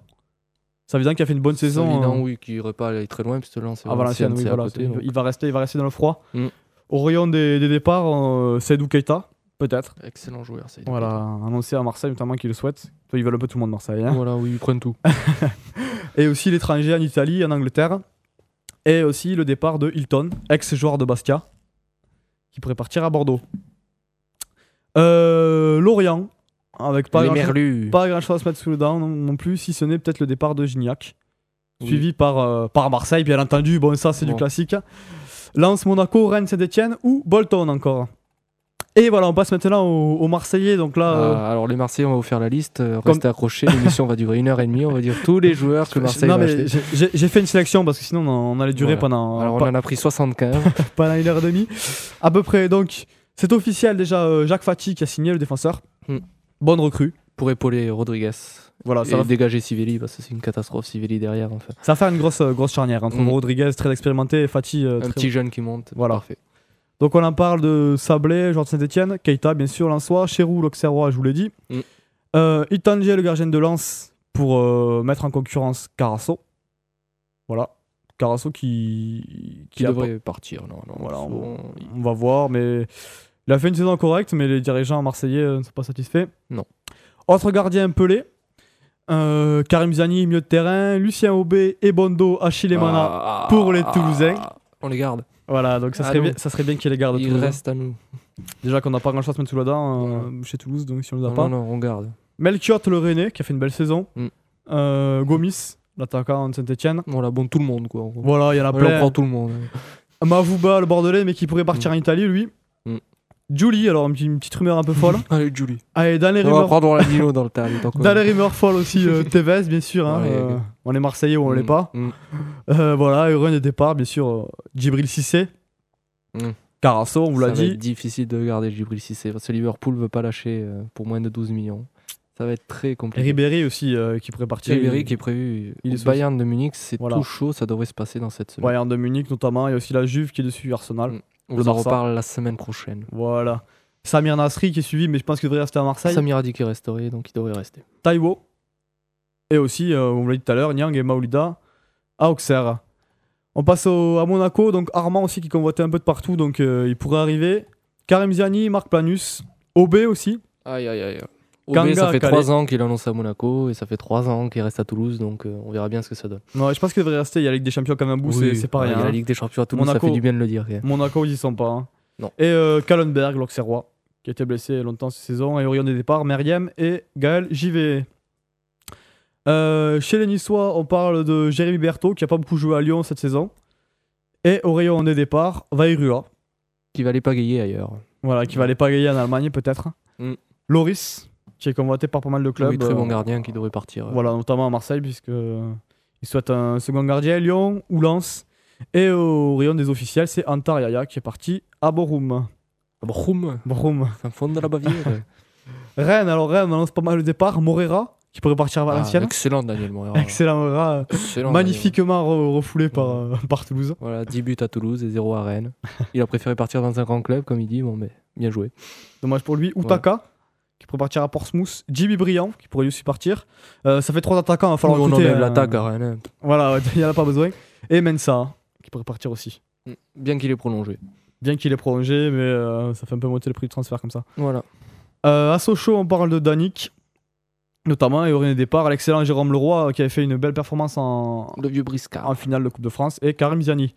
Speaker 1: Savidan qui a fait une bonne saison. euh,
Speaker 2: Savidan, oui, qui irait pas aller très loin, puisque là, c'est
Speaker 1: à Valenciennes, oui,
Speaker 2: c'est à
Speaker 1: voilà,
Speaker 2: côté,
Speaker 1: il-
Speaker 2: donc.
Speaker 1: il, va rester, il va rester dans le froid.
Speaker 2: Mm.
Speaker 1: Au rayon des, des départs, euh, Seydou Keita, peut-être.
Speaker 2: Excellent joueur, c'est
Speaker 1: Voilà, annoncé à Marseille notamment qu'ils le souhaitent. Toi, Ils veulent un peu tout le monde Marseille. hein.
Speaker 2: Voilà, oui, ils prennent tout.
Speaker 1: Et aussi l'étranger en Italie, en Angleterre. Et aussi le départ de Hilton, ex-joueur de Bastia, qui pourrait partir à Bordeaux. Euh, Lorient, avec pas
Speaker 2: les
Speaker 1: grand,
Speaker 2: Merlus.
Speaker 1: pas grand chose à se mettre sous le dent non, non plus, si ce n'est peut-être le départ de Gignac.
Speaker 2: Oui.
Speaker 1: suivi par, euh, par Marseille, bien entendu. Bon, ça, c'est du
Speaker 2: Bon.
Speaker 1: classique. Lens, Monaco, Rennes, Saint-Etienne ou Bolton encore. Et voilà, on passe maintenant aux au Marseillais. Donc là, euh,
Speaker 2: Ah, alors les Marseillais, on va vous faire la liste. euh,
Speaker 1: Comme-
Speaker 2: Restez accrochés. L'émission va durer une heure et demie. On va dire tous les joueurs que Marseille
Speaker 1: non,
Speaker 2: va
Speaker 1: mais
Speaker 2: acheter.
Speaker 1: j'ai- j'ai j'ai fait une sélection parce que sinon on, on allait durer
Speaker 2: Voilà.
Speaker 1: pendant,
Speaker 2: Alors on
Speaker 1: pa-
Speaker 2: en a pris 75.
Speaker 1: pendant une heure et demie. à peu près. Donc c'est officiel déjà euh, Jacques Fati qui a signé le défenseur.
Speaker 2: Hmm.
Speaker 1: Bonne recrue.
Speaker 2: pour épauler Rodriguez.
Speaker 1: Voilà,
Speaker 2: et
Speaker 1: Ah, ça va,
Speaker 2: dégager Civelli parce que c'est une catastrophe Civelli derrière. en fait.
Speaker 1: ça va faire une grosse, euh, grosse charnière entre
Speaker 2: Hmm.
Speaker 1: Rodriguez très expérimenté et Fati. euh,
Speaker 2: Un
Speaker 1: très-
Speaker 2: petit jeune qui monte.
Speaker 1: Voilà.
Speaker 2: Parfait.
Speaker 1: Donc on en parle de Sablé, joueur de Saint-Etienne, Keita bien sûr, Lançois, Chéroux, l'Auxerrois, je vous l'ai dit.
Speaker 2: Mm.
Speaker 1: Euh, Itangier, le gardien de Lens, pour euh, mettre en concurrence Carasso. Voilà. Carasso qui...
Speaker 2: Qui
Speaker 1: a
Speaker 2: devrait partir. Non, non,
Speaker 1: Voilà,
Speaker 2: faut-
Speaker 1: on-
Speaker 2: il-
Speaker 1: pas- On va voir, mais il a fait une saison correcte, mais les dirigeants marseillais euh, ne sont pas satisfaits.
Speaker 2: Non.
Speaker 1: Autre gardien, Pelé. Euh, Karim Zani, milieu de terrain. Lucien Aubé, Ebondo, Achille Mana.
Speaker 2: Ah,
Speaker 1: pour les Toulousains.
Speaker 2: On les garde.
Speaker 1: Voilà, donc ça
Speaker 2: Ah
Speaker 1: serait,
Speaker 2: non.
Speaker 1: bien, ça serait bien qu'il les garde.
Speaker 2: Ils
Speaker 1: tous les deux.
Speaker 2: restent à nous.
Speaker 1: Déjà qu'on n'a pas grand chose à se mettre sous la dent euh,
Speaker 2: Voilà.
Speaker 1: chez Toulouse, donc si on les a
Speaker 2: Non,
Speaker 1: pas.
Speaker 2: non, non, on garde.
Speaker 1: Melchior le René qui a fait une belle saison.
Speaker 2: Mm.
Speaker 1: Euh, Gomis, l'attaquant de Saint-Etienne.
Speaker 2: On la bonne tout le monde. quoi. en gros.
Speaker 1: Voilà, il y en a
Speaker 2: Ouais, on
Speaker 1: plein.
Speaker 2: prend tout le monde.
Speaker 1: Mavuba, le Bordelais, mais qui pourrait partir en Italie, lui.
Speaker 2: Mm.
Speaker 1: Julie, alors une petite, une petite rumeur un peu folle.
Speaker 2: Allez, Julie.
Speaker 1: Allez, dans les
Speaker 2: On va
Speaker 1: rumeurs,
Speaker 2: prendre Ronaldinho dans le tas. allez, tant qu'on-
Speaker 1: dans les rumeurs folles aussi, euh, Tevez, bien sûr. hein,
Speaker 2: Ouais,
Speaker 1: euh,
Speaker 2: ouais.
Speaker 1: on est Marseillais ou on l'est
Speaker 2: Mm,
Speaker 1: pas.
Speaker 2: mm.
Speaker 1: Euh, voilà, heureux des départs, bien sûr. euh, Djibril Cissé.
Speaker 2: Mm.
Speaker 1: Carasso, on vous
Speaker 2: Ça
Speaker 1: l'a
Speaker 2: va être
Speaker 1: dit.
Speaker 2: difficile de garder Djibril Cissé parce que Liverpool veut pas lâcher euh, pour moins de 12 millions. Ça va être très
Speaker 1: Et
Speaker 2: compliqué.
Speaker 1: Ribéry aussi euh, qui pourrait partir.
Speaker 2: Ribéry qui est prévu
Speaker 1: il
Speaker 2: au
Speaker 1: est sous-
Speaker 2: Bayern de Munich, c'est
Speaker 1: Voilà.
Speaker 2: tout chaud, ça devrait se passer dans cette semaine.
Speaker 1: Bayern de Munich notamment. Il y a aussi la Juve qui est dessus, Arsenal.
Speaker 2: Mm. On
Speaker 1: le
Speaker 2: vous en
Speaker 1: Barça.
Speaker 2: reparle la semaine prochaine.
Speaker 1: Voilà. Samir Nasri qui est suivi, mais je pense qu'il devrait rester à Marseille.
Speaker 2: Samir a dit qu'il restaurait, donc il devrait rester.
Speaker 1: Taiwo. Et aussi, euh, on l'a dit tout à l'heure, Nyang et Maoulida à Auxerre. On passe au- à Monaco, donc Armand aussi qui convoitait un peu de partout, donc euh, il pourrait arriver. Karim Ziani, Marc Planus, OB aussi.
Speaker 2: Aïe, aïe, aïe.
Speaker 1: Kanga,
Speaker 2: ça fait
Speaker 1: Calais.
Speaker 2: 3 ans qu'il annonce à Monaco et ça fait 3 ans qu'il reste à Toulouse, donc euh, on verra bien ce que ça donne.
Speaker 1: Ouais, je pense qu'il devrait rester, il y a la Ligue des Champions comme un bout, c'est- c'est pas
Speaker 2: pareil.
Speaker 1: rien.
Speaker 2: La
Speaker 1: hein.
Speaker 2: Ligue des Champions à Toulouse,
Speaker 1: Monaco.
Speaker 2: ça fait du bien de le dire. quand même.
Speaker 1: Monaco, ils y sont pas. hein.
Speaker 2: Non.
Speaker 1: Et euh, Kallenberg, l'Auxerrois, qui était blessé longtemps cette saison. Et Orion des départs, Meriem et Gaël JV. Euh, chez les Niçois, on parle de Jérémy Berthaud, qui a pas beaucoup joué à Lyon cette saison. Et Orion des départs, Vairua,
Speaker 2: Qui va les pagayer ailleurs.
Speaker 1: voilà, qui va aller pagayer en Allemagne peut-être.
Speaker 2: Mm.
Speaker 1: Loris, qui est convoité par pas mal de clubs.
Speaker 2: Oui, très bon
Speaker 1: euh,
Speaker 2: gardien qui devrait partir.
Speaker 1: Voilà, notamment à Marseille, puisque euh, il souhaite un second gardien à Lyon ou Lens. Et au rayon des officiels, c'est Antar Yaya qui est parti à Borum.
Speaker 2: Broum,
Speaker 1: Borum.
Speaker 2: ça me fond de la Bavière.
Speaker 1: Rennes, alors Rennes annonce pas mal le départ. Morera, qui pourrait partir à Valenciennes.
Speaker 2: Ah, excellent, Daniel Moreira.
Speaker 1: Excellent, Morera, euh,
Speaker 2: Excellent,
Speaker 1: magnifiquement re- refoulé par, euh, par Toulouse.
Speaker 2: Daniel Moreira. Voilà, 10 buts à Toulouse et 0 à Rennes. Il a préféré partir dans un grand club, comme il dit. Bon, mais bien joué.
Speaker 1: Dommage pour lui. Utaka, qui pourrait partir à Portsmouth. Jimmy Briand, qui pourrait aussi partir. Euh, ça fait trois attaquants, il va falloir
Speaker 2: Nous, on
Speaker 1: recruter,
Speaker 2: enlève
Speaker 1: euh,
Speaker 2: l'attaque à Rennes. hein.
Speaker 1: Voilà, ouais, il n'y en a pas besoin. Et Mensa, qui pourrait partir aussi.
Speaker 2: Mm. Bien qu'il ait prolongé.
Speaker 1: Bien qu'il est prolongé, mais euh, ça fait un peu monter le prix du transfert comme ça.
Speaker 2: Voilà.
Speaker 1: Euh, à Sochaux, on parle de Danick, notamment, et au des départs, l'excellent Jérôme Leroy euh, qui avait fait une belle performance en,
Speaker 2: Le vieux Briscard.
Speaker 1: en finale de Coupe de France, et Karim Ziani.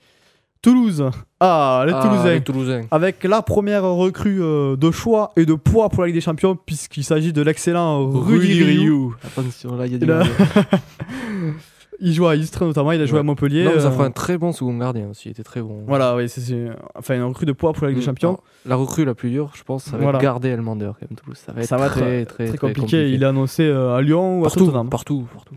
Speaker 1: Toulouse, ah, les
Speaker 2: Ah,
Speaker 1: Toulousains,
Speaker 2: les Toulousains.
Speaker 1: avec la première recrue euh, de choix et de poids pour la Ligue des Champions, puisqu'il s'agit de l'excellent euh, Rudy Rioux.
Speaker 2: Attention, là, il y a du
Speaker 1: Là.
Speaker 2: monde.
Speaker 1: Il joue à Istres notamment, il a joué
Speaker 2: Ouais.
Speaker 1: à Montpellier.
Speaker 2: Non, mais ça
Speaker 1: euh,
Speaker 2: fera un très bon second gardien aussi. Il était très bon.
Speaker 1: Voilà, oui, c'est- c'est enfin, une recrue de poids pour la Ligue des
Speaker 2: Mm.
Speaker 1: Champions.
Speaker 2: Alors, La recrue la plus dure, je pense, ça va
Speaker 1: Voilà.
Speaker 2: être garder Elmander quand même Toulouse. Ça va être,
Speaker 1: Ça va être très,
Speaker 2: très, très, très
Speaker 1: compliqué. il est annoncé euh, à Lyon ou à
Speaker 2: partout,
Speaker 1: Tottenham.
Speaker 2: partout, partout.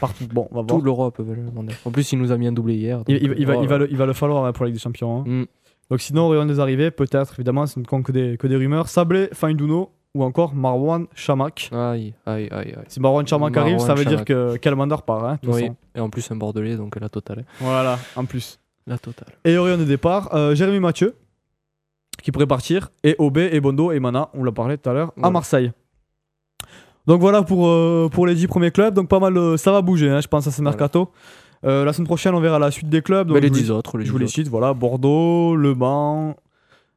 Speaker 1: Partout. Bon, on va voir.
Speaker 2: Toute l'Europe veut Elmander. En plus, il nous a mis un doublé hier.
Speaker 1: Il,
Speaker 2: donc,
Speaker 1: il- il va,
Speaker 2: oh
Speaker 1: il,
Speaker 2: là
Speaker 1: va le, il va le falloir hein, pour la Ligue des Champions. hein.
Speaker 2: Mm.
Speaker 1: Donc sinon, Orion des arrivées, peut-être, évidemment, ce ne compte que des, que des rumeurs. Sablé, Fainduno ou encore Marwan Chamak.
Speaker 2: là. Aïe, aïe, aïe, aïe.
Speaker 1: Si Marwan Chamak
Speaker 2: Marwan
Speaker 1: arrive, ça veut dire que
Speaker 2: Chamakh.
Speaker 1: Kalmandar part. hein, de toute
Speaker 2: Oui.
Speaker 1: façon.
Speaker 2: Et en plus, un Bordelais, donc la totale. hein.
Speaker 1: Voilà, en plus.
Speaker 2: La totale.
Speaker 1: Et Orion des départs, euh, Jérémy Mathieu, qui pourrait partir, et Obé, et Bondo, et Mana, on l'a parlé tout à l'heure, à
Speaker 2: Ouais.
Speaker 1: Marseille. Donc voilà pour, euh, pour les 10 premiers clubs. Donc pas mal, euh, ça va bouger, hein, je pense, à ce
Speaker 2: Voilà.
Speaker 1: mercato. Euh, la semaine prochaine, on verra la suite des clubs. donc
Speaker 2: Bah, les
Speaker 1: je vous-
Speaker 2: 10 autres, les
Speaker 1: Je
Speaker 2: 10
Speaker 1: vous les
Speaker 2: autres.
Speaker 1: cite, voilà, Bordeaux, Le Mans,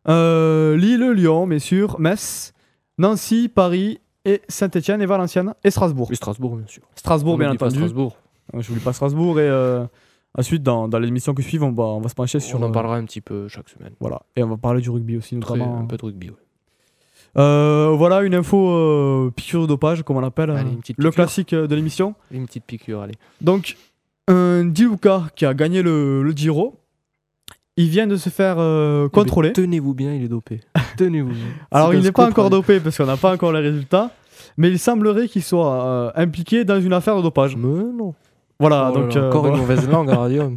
Speaker 1: euh, Lille, Lyon, bien sûr, Metz, Nancy, Paris et Saint-Etienne et Valenciennes et Strasbourg.
Speaker 2: Et Strasbourg, bien sûr.
Speaker 1: Strasbourg,
Speaker 2: On
Speaker 1: bien
Speaker 2: oublie pas
Speaker 1: entendu.
Speaker 2: Strasbourg.
Speaker 1: Euh, Je vous pas Strasbourg et euh, ensuite, dans, dans l'émission que suivent, on va, on va se pencher sur...
Speaker 2: On en
Speaker 1: euh,
Speaker 2: parlera un petit peu chaque semaine.
Speaker 1: voilà, et on va parler du rugby aussi,
Speaker 2: Très-
Speaker 1: notamment.
Speaker 2: un peu de rugby. ouais.
Speaker 1: Euh, voilà, une info euh, piqûre de dopage, comme on l'appelle,
Speaker 2: Allez,
Speaker 1: euh,
Speaker 2: une petite
Speaker 1: le
Speaker 2: piqûre.
Speaker 1: classique euh, de l'émission.
Speaker 2: Une petite piqûre, allez. Eh
Speaker 1: Donc, un Di Luca qui a gagné le, le Giro, il vient de se faire euh, contrôler.
Speaker 2: Mais ben, Tenez-vous bien, il est dopé. Tenez-vous bien.
Speaker 1: Alors
Speaker 2: C'est
Speaker 1: il
Speaker 2: un
Speaker 1: n'est pas
Speaker 2: scoop,
Speaker 1: encore
Speaker 2: hein.
Speaker 1: dopé parce qu'on n'a pas encore les résultats, mais il semblerait qu'il soit euh, impliqué dans une affaire de dopage.
Speaker 2: Mais non.
Speaker 1: Voilà,
Speaker 2: Oh là
Speaker 1: donc
Speaker 2: là,
Speaker 1: euh,
Speaker 2: Ah, encore
Speaker 1: voilà.
Speaker 2: une mauvaise langue à la radio.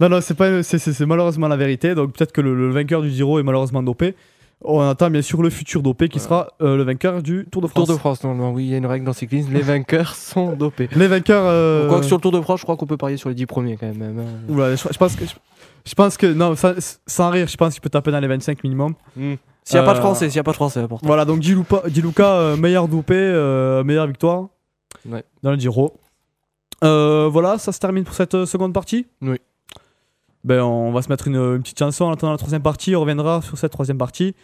Speaker 1: non non, c'est pas c'est- c'est c'est malheureusement la vérité. Donc peut-être que le, le vainqueur du Giro est malheureusement dopé. On attend bien sûr le futur dopé qui sera
Speaker 2: Voilà.
Speaker 1: euh, le vainqueur du Tour de France.
Speaker 2: Tour de France, normalement, oui, il y a une règle dans le cyclisme, les vainqueurs sont dopés.
Speaker 1: Les vainqueurs. euh,
Speaker 2: Quoique sur le Tour de France, je crois qu'on peut parier sur les 10 premiers quand même. hein.
Speaker 1: oula, je, je pense que je, je pense que non sans, sans rire, je pense qu'il peut taper dans les 25 minimum.
Speaker 2: S'il n'y a pas de
Speaker 1: Euh,
Speaker 2: français, s'il n'y a pas de français, c'est important.
Speaker 1: Voilà donc Di Luca, Di Luca, euh, meilleur dopé, euh, meilleure victoire
Speaker 2: Ouais.
Speaker 1: dans le Giro. Euh, voilà, ça se termine pour cette euh, seconde partie.
Speaker 2: Oui.
Speaker 1: Ben, on va se mettre une, une petite chanson en attendant la troisième partie. On reviendra sur cette troisième partie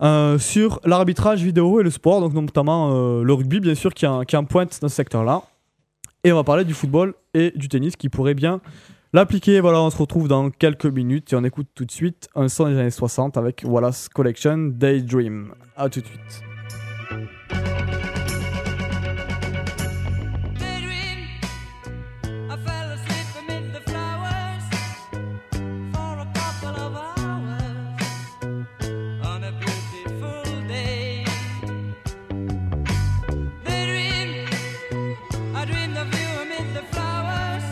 Speaker 1: euh, sur l'arbitrage vidéo et le sport, donc notamment euh, le rugby, bien sûr, qui est en, qui est en pointe dans ce secteur-là. Et on va parler du football et du tennis qui pourrait bien l'appliquer. Voilà, on se retrouve dans quelques minutes et on écoute tout de suite un son des années 60 avec Wallace Collection Daydream. A tout de suite.
Speaker 3: Daydream, I fell asleep amid the flowers for a couple of hours on a beautiful day. Daydream, I dreamed of you amid the flowers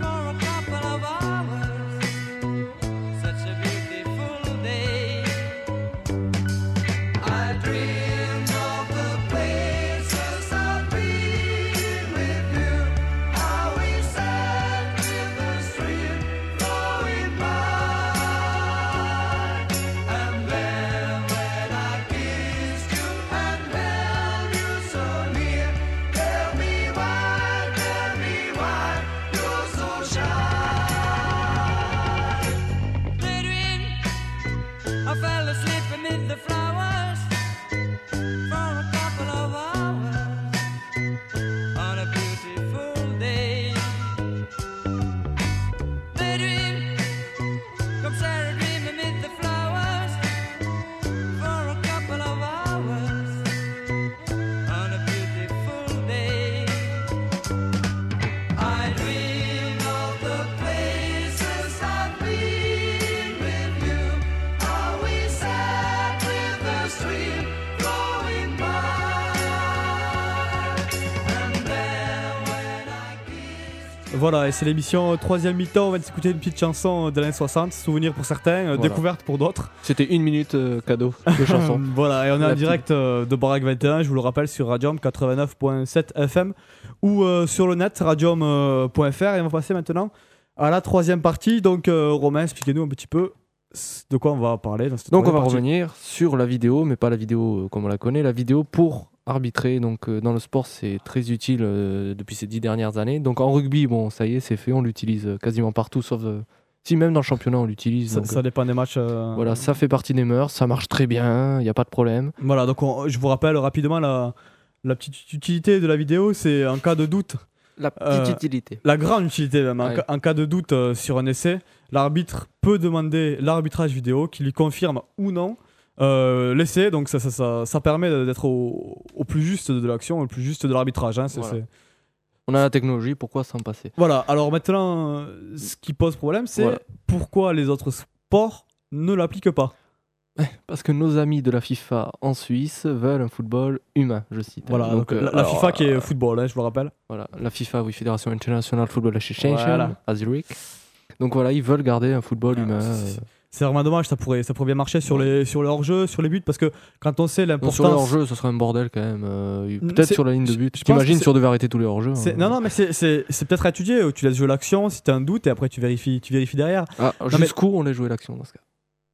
Speaker 3: for a couple of hours. Such a beautiful day. I I fell asleep amid the flowers for a couple of hours on a beautiful day. Daydream, comme Sarah dream amid the flowers for a couple of hours on a beautiful day. I dream of the places I've been with you. How we sat with the stream flowing by, and then when I kissed.
Speaker 1: Voilà, et c'est l'émission euh, troisième mi-temps. On va s'écouter une petite chanson euh, de l'année 60, souvenir pour certains, euh,
Speaker 2: Voilà.
Speaker 1: découverte pour d'autres.
Speaker 2: C'était une minute euh, cadeau de chanson.
Speaker 1: Hum, Voilà, et on est
Speaker 2: La
Speaker 1: en
Speaker 2: petite.
Speaker 1: direct euh, de Baraque 21, je vous le rappelle, sur Radium 89.7 FM ou euh, sur le net euh, radium.fr. Et on va passer maintenant à la troisième partie. Donc, euh, Romain, expliquez-nous un petit peu c- de quoi on va parler dans cette
Speaker 2: Donc on va
Speaker 1: troisième partie.
Speaker 2: revenir sur la vidéo, mais pas la vidéo euh, comme on la connaît, la vidéo pour arbitrer. Donc euh, dans le sport, c'est très utile euh, depuis ces dix dernières années. Donc en rugby, bon, ça y est, c'est fait, on l'utilise euh, quasiment partout, sauf euh, si même dans le championnat on l'utilise.
Speaker 1: Ça,
Speaker 2: donc,
Speaker 1: ça dépend des matchs. euh,
Speaker 2: euh, voilà, ça fait partie des mœurs, ça marche très bien, il n'y a pas de problème.
Speaker 1: Voilà, donc on- je vous rappelle rapidement la, la petite utilité de la vidéo, c'est en cas de doute,
Speaker 2: La
Speaker 1: petite Euh,
Speaker 2: utilité.
Speaker 1: la grande utilité même, en
Speaker 2: Ouais.
Speaker 1: ca- en, cas de doute euh, sur un essai, l'arbitre peut demander l'arbitrage vidéo qui lui confirme ou non euh, l'essai, donc ça, ça, ça, ça permet d'être au, au plus juste de l'action, au plus juste de l'arbitrage. hein, c'est-
Speaker 2: Voilà.
Speaker 1: c'est-
Speaker 2: On a la technologie, pourquoi s'en passer
Speaker 1: Voilà, alors maintenant, euh, ce qui pose problème, c'est
Speaker 2: Voilà.
Speaker 1: pourquoi les autres sports ne l'appliquent pas.
Speaker 2: Parce que nos amis de la FIFA en Suisse veulent un football humain, je cite. hein.
Speaker 1: Voilà, donc,
Speaker 2: euh,
Speaker 1: la, la
Speaker 2: alors,
Speaker 1: FIFA qui
Speaker 2: euh,
Speaker 1: est football, hein, je vous rappelle.
Speaker 2: Voilà, la FIFA, oui, Fédération Internationale de Football Association,
Speaker 1: Voilà.
Speaker 2: à Zurich. Donc voilà, ils veulent garder un football
Speaker 1: Ah,
Speaker 2: humain.
Speaker 1: c'est-
Speaker 2: euh,
Speaker 1: c'est- C'est vraiment dommage, ça pourrait, ça pourrait bien marcher sur,
Speaker 2: Ouais.
Speaker 1: les, sur le hors-jeu, sur les buts, parce que quand on sait
Speaker 2: non, sur les
Speaker 1: l'importance.
Speaker 2: hors-jeux, ce serait un bordel quand même. euh,
Speaker 1: Mm,
Speaker 2: Peut-être
Speaker 1: c'est-
Speaker 2: sur la ligne de
Speaker 1: je-
Speaker 2: but.
Speaker 1: je pense
Speaker 2: T'imagines
Speaker 1: que
Speaker 2: si on devait arrêter tous les hors-jeux
Speaker 1: C'est-
Speaker 2: hein.
Speaker 1: Non, non, mais c'est- c'est c'est peut-être à étudier. euh, Tu laisses jouer l'action si t'as un doute et après tu vérifies, tu vérifies derrière.
Speaker 2: Ah,
Speaker 1: mais-
Speaker 2: Jusqu'où on a joué l'action dans ce cas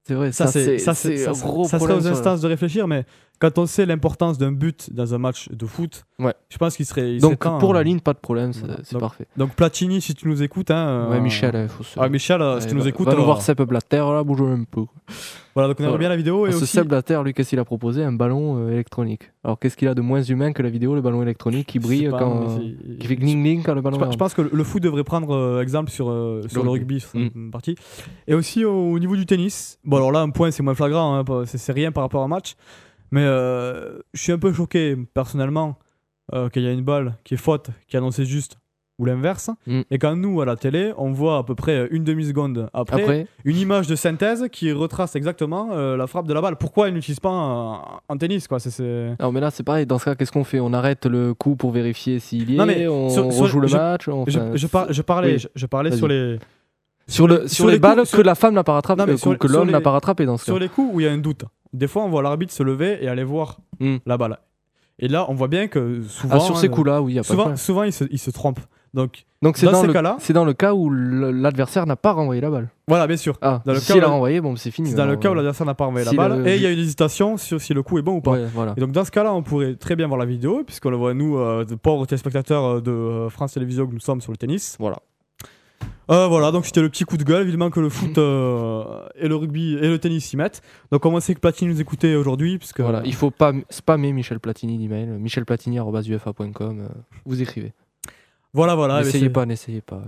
Speaker 2: C'est vrai,
Speaker 1: Ça, c'est ça, c'est-
Speaker 2: c'est
Speaker 1: ça,
Speaker 2: un
Speaker 1: c'est-
Speaker 2: gros
Speaker 1: ça serait
Speaker 2: problème
Speaker 1: aux
Speaker 2: sur la-
Speaker 1: instances de réfléchir, mais quand on sait l'importance d'un but dans un match de foot,
Speaker 2: Ouais.
Speaker 1: je pense qu'il serait. il serait
Speaker 2: Donc
Speaker 1: temps,
Speaker 2: pour
Speaker 1: euh,
Speaker 2: la ligne, pas de problème, c'est
Speaker 1: voilà.
Speaker 2: c'est
Speaker 1: Donc-
Speaker 2: parfait.
Speaker 1: Donc Platini, si tu nous écoutes. Hein, euh,
Speaker 2: Ouais, Michel, il faut se.
Speaker 1: Ah, Michel, euh, si
Speaker 2: Ouais,
Speaker 1: tu nous
Speaker 2: va-
Speaker 1: écoutes.
Speaker 2: Va nous
Speaker 1: euh,
Speaker 2: voir Sepp Blatter, là, bouge un peu.
Speaker 1: Voilà, donc on aimerait
Speaker 2: Voilà.
Speaker 1: bien la vidéo et
Speaker 2: Parce que
Speaker 1: aussi.
Speaker 2: Sepp Blatter, lui, qu'est-ce qu'il a proposé Un ballon euh, électronique. Alors qu'est-ce qu'il a de moins humain que la vidéo, le ballon électronique qui
Speaker 1: je sais
Speaker 2: brille
Speaker 1: pas,
Speaker 2: quand.
Speaker 1: mais
Speaker 2: euh,
Speaker 1: c'est-
Speaker 2: Qui fait gling gling quand le
Speaker 1: Je
Speaker 2: ballon
Speaker 1: pe-
Speaker 2: est
Speaker 1: Je
Speaker 2: en-
Speaker 1: pense que le- le foot devrait prendre euh, exemple sur, euh, sur le
Speaker 2: rugby. Mm.
Speaker 1: rugby, sur cette partie. Et aussi au, au niveau du tennis. Bon, alors là, un point, c'est moins flagrant, hein, pas- c'est c'est rien par rapport à un match. Mais euh, je suis un peu choqué, personnellement, euh, qu'il y a une balle qui est faute, qui est annoncée juste, ou l'inverse.
Speaker 2: Mm.
Speaker 1: Et quand nous, à la télé, on voit à peu près une demi-seconde après,
Speaker 2: Après,
Speaker 1: une image de synthèse qui retrace exactement euh, la frappe de la balle. Pourquoi ils n'utilisent pas en, en tennis, quoi C'est- c'est...
Speaker 2: non mais là c'est pareil, dans ce cas qu'est-ce qu'on fait On arrête le coup pour vérifier s'il y est,
Speaker 1: Non, mais
Speaker 2: on
Speaker 1: sur- sur-
Speaker 2: rejoue le
Speaker 1: je-
Speaker 2: match, on
Speaker 1: Je,
Speaker 2: fait un-
Speaker 1: je par- je parlais,
Speaker 2: Oui.
Speaker 1: je, je parlais
Speaker 2: Vas-y.
Speaker 1: sur les...
Speaker 2: sur, le, sur,
Speaker 1: sur
Speaker 2: les,
Speaker 1: les
Speaker 2: balles
Speaker 1: coups,
Speaker 2: que
Speaker 1: sur-
Speaker 2: la femme n'a pas rattrapé,
Speaker 1: Non, mais
Speaker 2: euh,
Speaker 1: sur-
Speaker 2: que
Speaker 1: sur
Speaker 2: l'homme n'a
Speaker 1: les-
Speaker 2: pas rattrapé dans ce
Speaker 1: sur
Speaker 2: cas.
Speaker 1: les coups où il y a un doute. Des fois, on voit l'arbitre se lever et aller voir
Speaker 2: Hmm.
Speaker 1: la balle. Et là, on voit bien que souvent.
Speaker 2: Ah, sur ces
Speaker 1: hein,
Speaker 2: coups-là, oui, il n'y a pas de
Speaker 1: Souvent,
Speaker 2: problème.
Speaker 1: souvent il, se, il se trompe. Donc,
Speaker 2: Donc c'est
Speaker 1: dans
Speaker 2: dans,
Speaker 1: ces
Speaker 2: le
Speaker 1: cas-là-
Speaker 2: c'est dans le cas où le- l'adversaire n'a pas renvoyé la balle.
Speaker 1: voilà, bien sûr.
Speaker 2: Ah,
Speaker 1: Dans le
Speaker 2: s'il
Speaker 1: cas où-
Speaker 2: a renvoyé, bon c'est fini.
Speaker 1: C'est dans le
Speaker 2: alors,
Speaker 1: cas où
Speaker 2: euh,
Speaker 1: l'adversaire n'a pas envoyé
Speaker 2: si
Speaker 1: la balle
Speaker 2: le-
Speaker 1: et il y a une hésitation sur si le coup est bon ou pas.
Speaker 2: euh, ouais, voilà.
Speaker 1: Et donc, dans ce cas-là, on pourrait très bien voir la vidéo, puisqu'on le voit, nous, euh, de pauvres téléspectateurs euh, de euh, France Télévisions que nous sommes sur le tennis.
Speaker 2: Voilà.
Speaker 1: Euh, voilà, donc c'était le petit coup de gueule, évidemment que le foot euh, et le rugby et le tennis s'y mettent. Donc, on va essayer que Platini nous écoutait aujourd'hui, puisque.
Speaker 2: Voilà, il faut pas m- spammer Michel Platini d'email, euh, michelplatini.ufa.com, euh, vous écrivez.
Speaker 1: Voilà, voilà. eh ben,
Speaker 2: n'essayez
Speaker 1: c'est-
Speaker 2: pas, n'essayez pas. euh.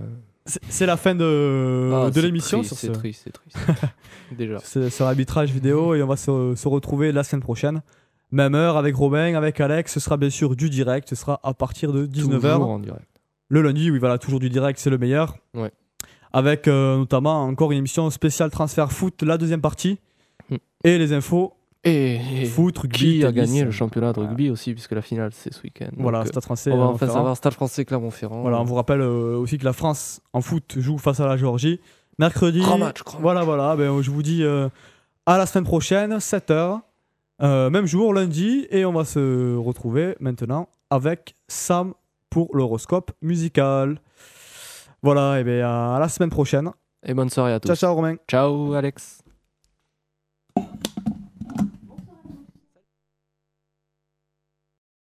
Speaker 1: C'est c'est la fin de,
Speaker 2: Ah,
Speaker 1: de
Speaker 2: c'est
Speaker 1: l'émission
Speaker 2: triste,
Speaker 1: sur ce,
Speaker 2: C'est triste, c'est triste. Déjà.
Speaker 1: ce- sur l'arbitrage vidéo et on va se, se retrouver la semaine prochaine. Même heure avec Romain, avec Alex, ce sera bien sûr du direct, ce sera à partir de 19h.
Speaker 2: Toujours en direct.
Speaker 1: Le lundi, oui, voilà, toujours du direct, c'est le meilleur.
Speaker 2: Ouais.
Speaker 1: Avec euh, notamment encore une émission spéciale transfert foot, la deuxième partie.
Speaker 2: Hmm.
Speaker 1: Et les infos,
Speaker 2: Et, et
Speaker 1: foot, rugby,
Speaker 2: qui a
Speaker 1: tennis.
Speaker 2: gagné le championnat de rugby aussi, puisque la finale c'est ce week-end. Donc,
Speaker 1: Voilà,
Speaker 2: euh,
Speaker 1: Stade français.
Speaker 2: on va
Speaker 1: euh,
Speaker 2: enfin
Speaker 1: Ferrand.
Speaker 2: savoir Stade français Clermont-Ferrand.
Speaker 1: Voilà, on vous rappelle euh, aussi que la France en foot joue face à la Géorgie. Mercredi.
Speaker 2: Grand match, grand
Speaker 1: Voilà, voilà. Ben, je vous dis euh, à la semaine prochaine, 7h. même jour, lundi. Et on va se retrouver maintenant avec Sam pour l'horoscope musical. Voilà, et bien à la semaine prochaine.
Speaker 2: Et bonne soirée à tous.
Speaker 1: Ciao, ciao, Romain.
Speaker 2: Ciao Alex.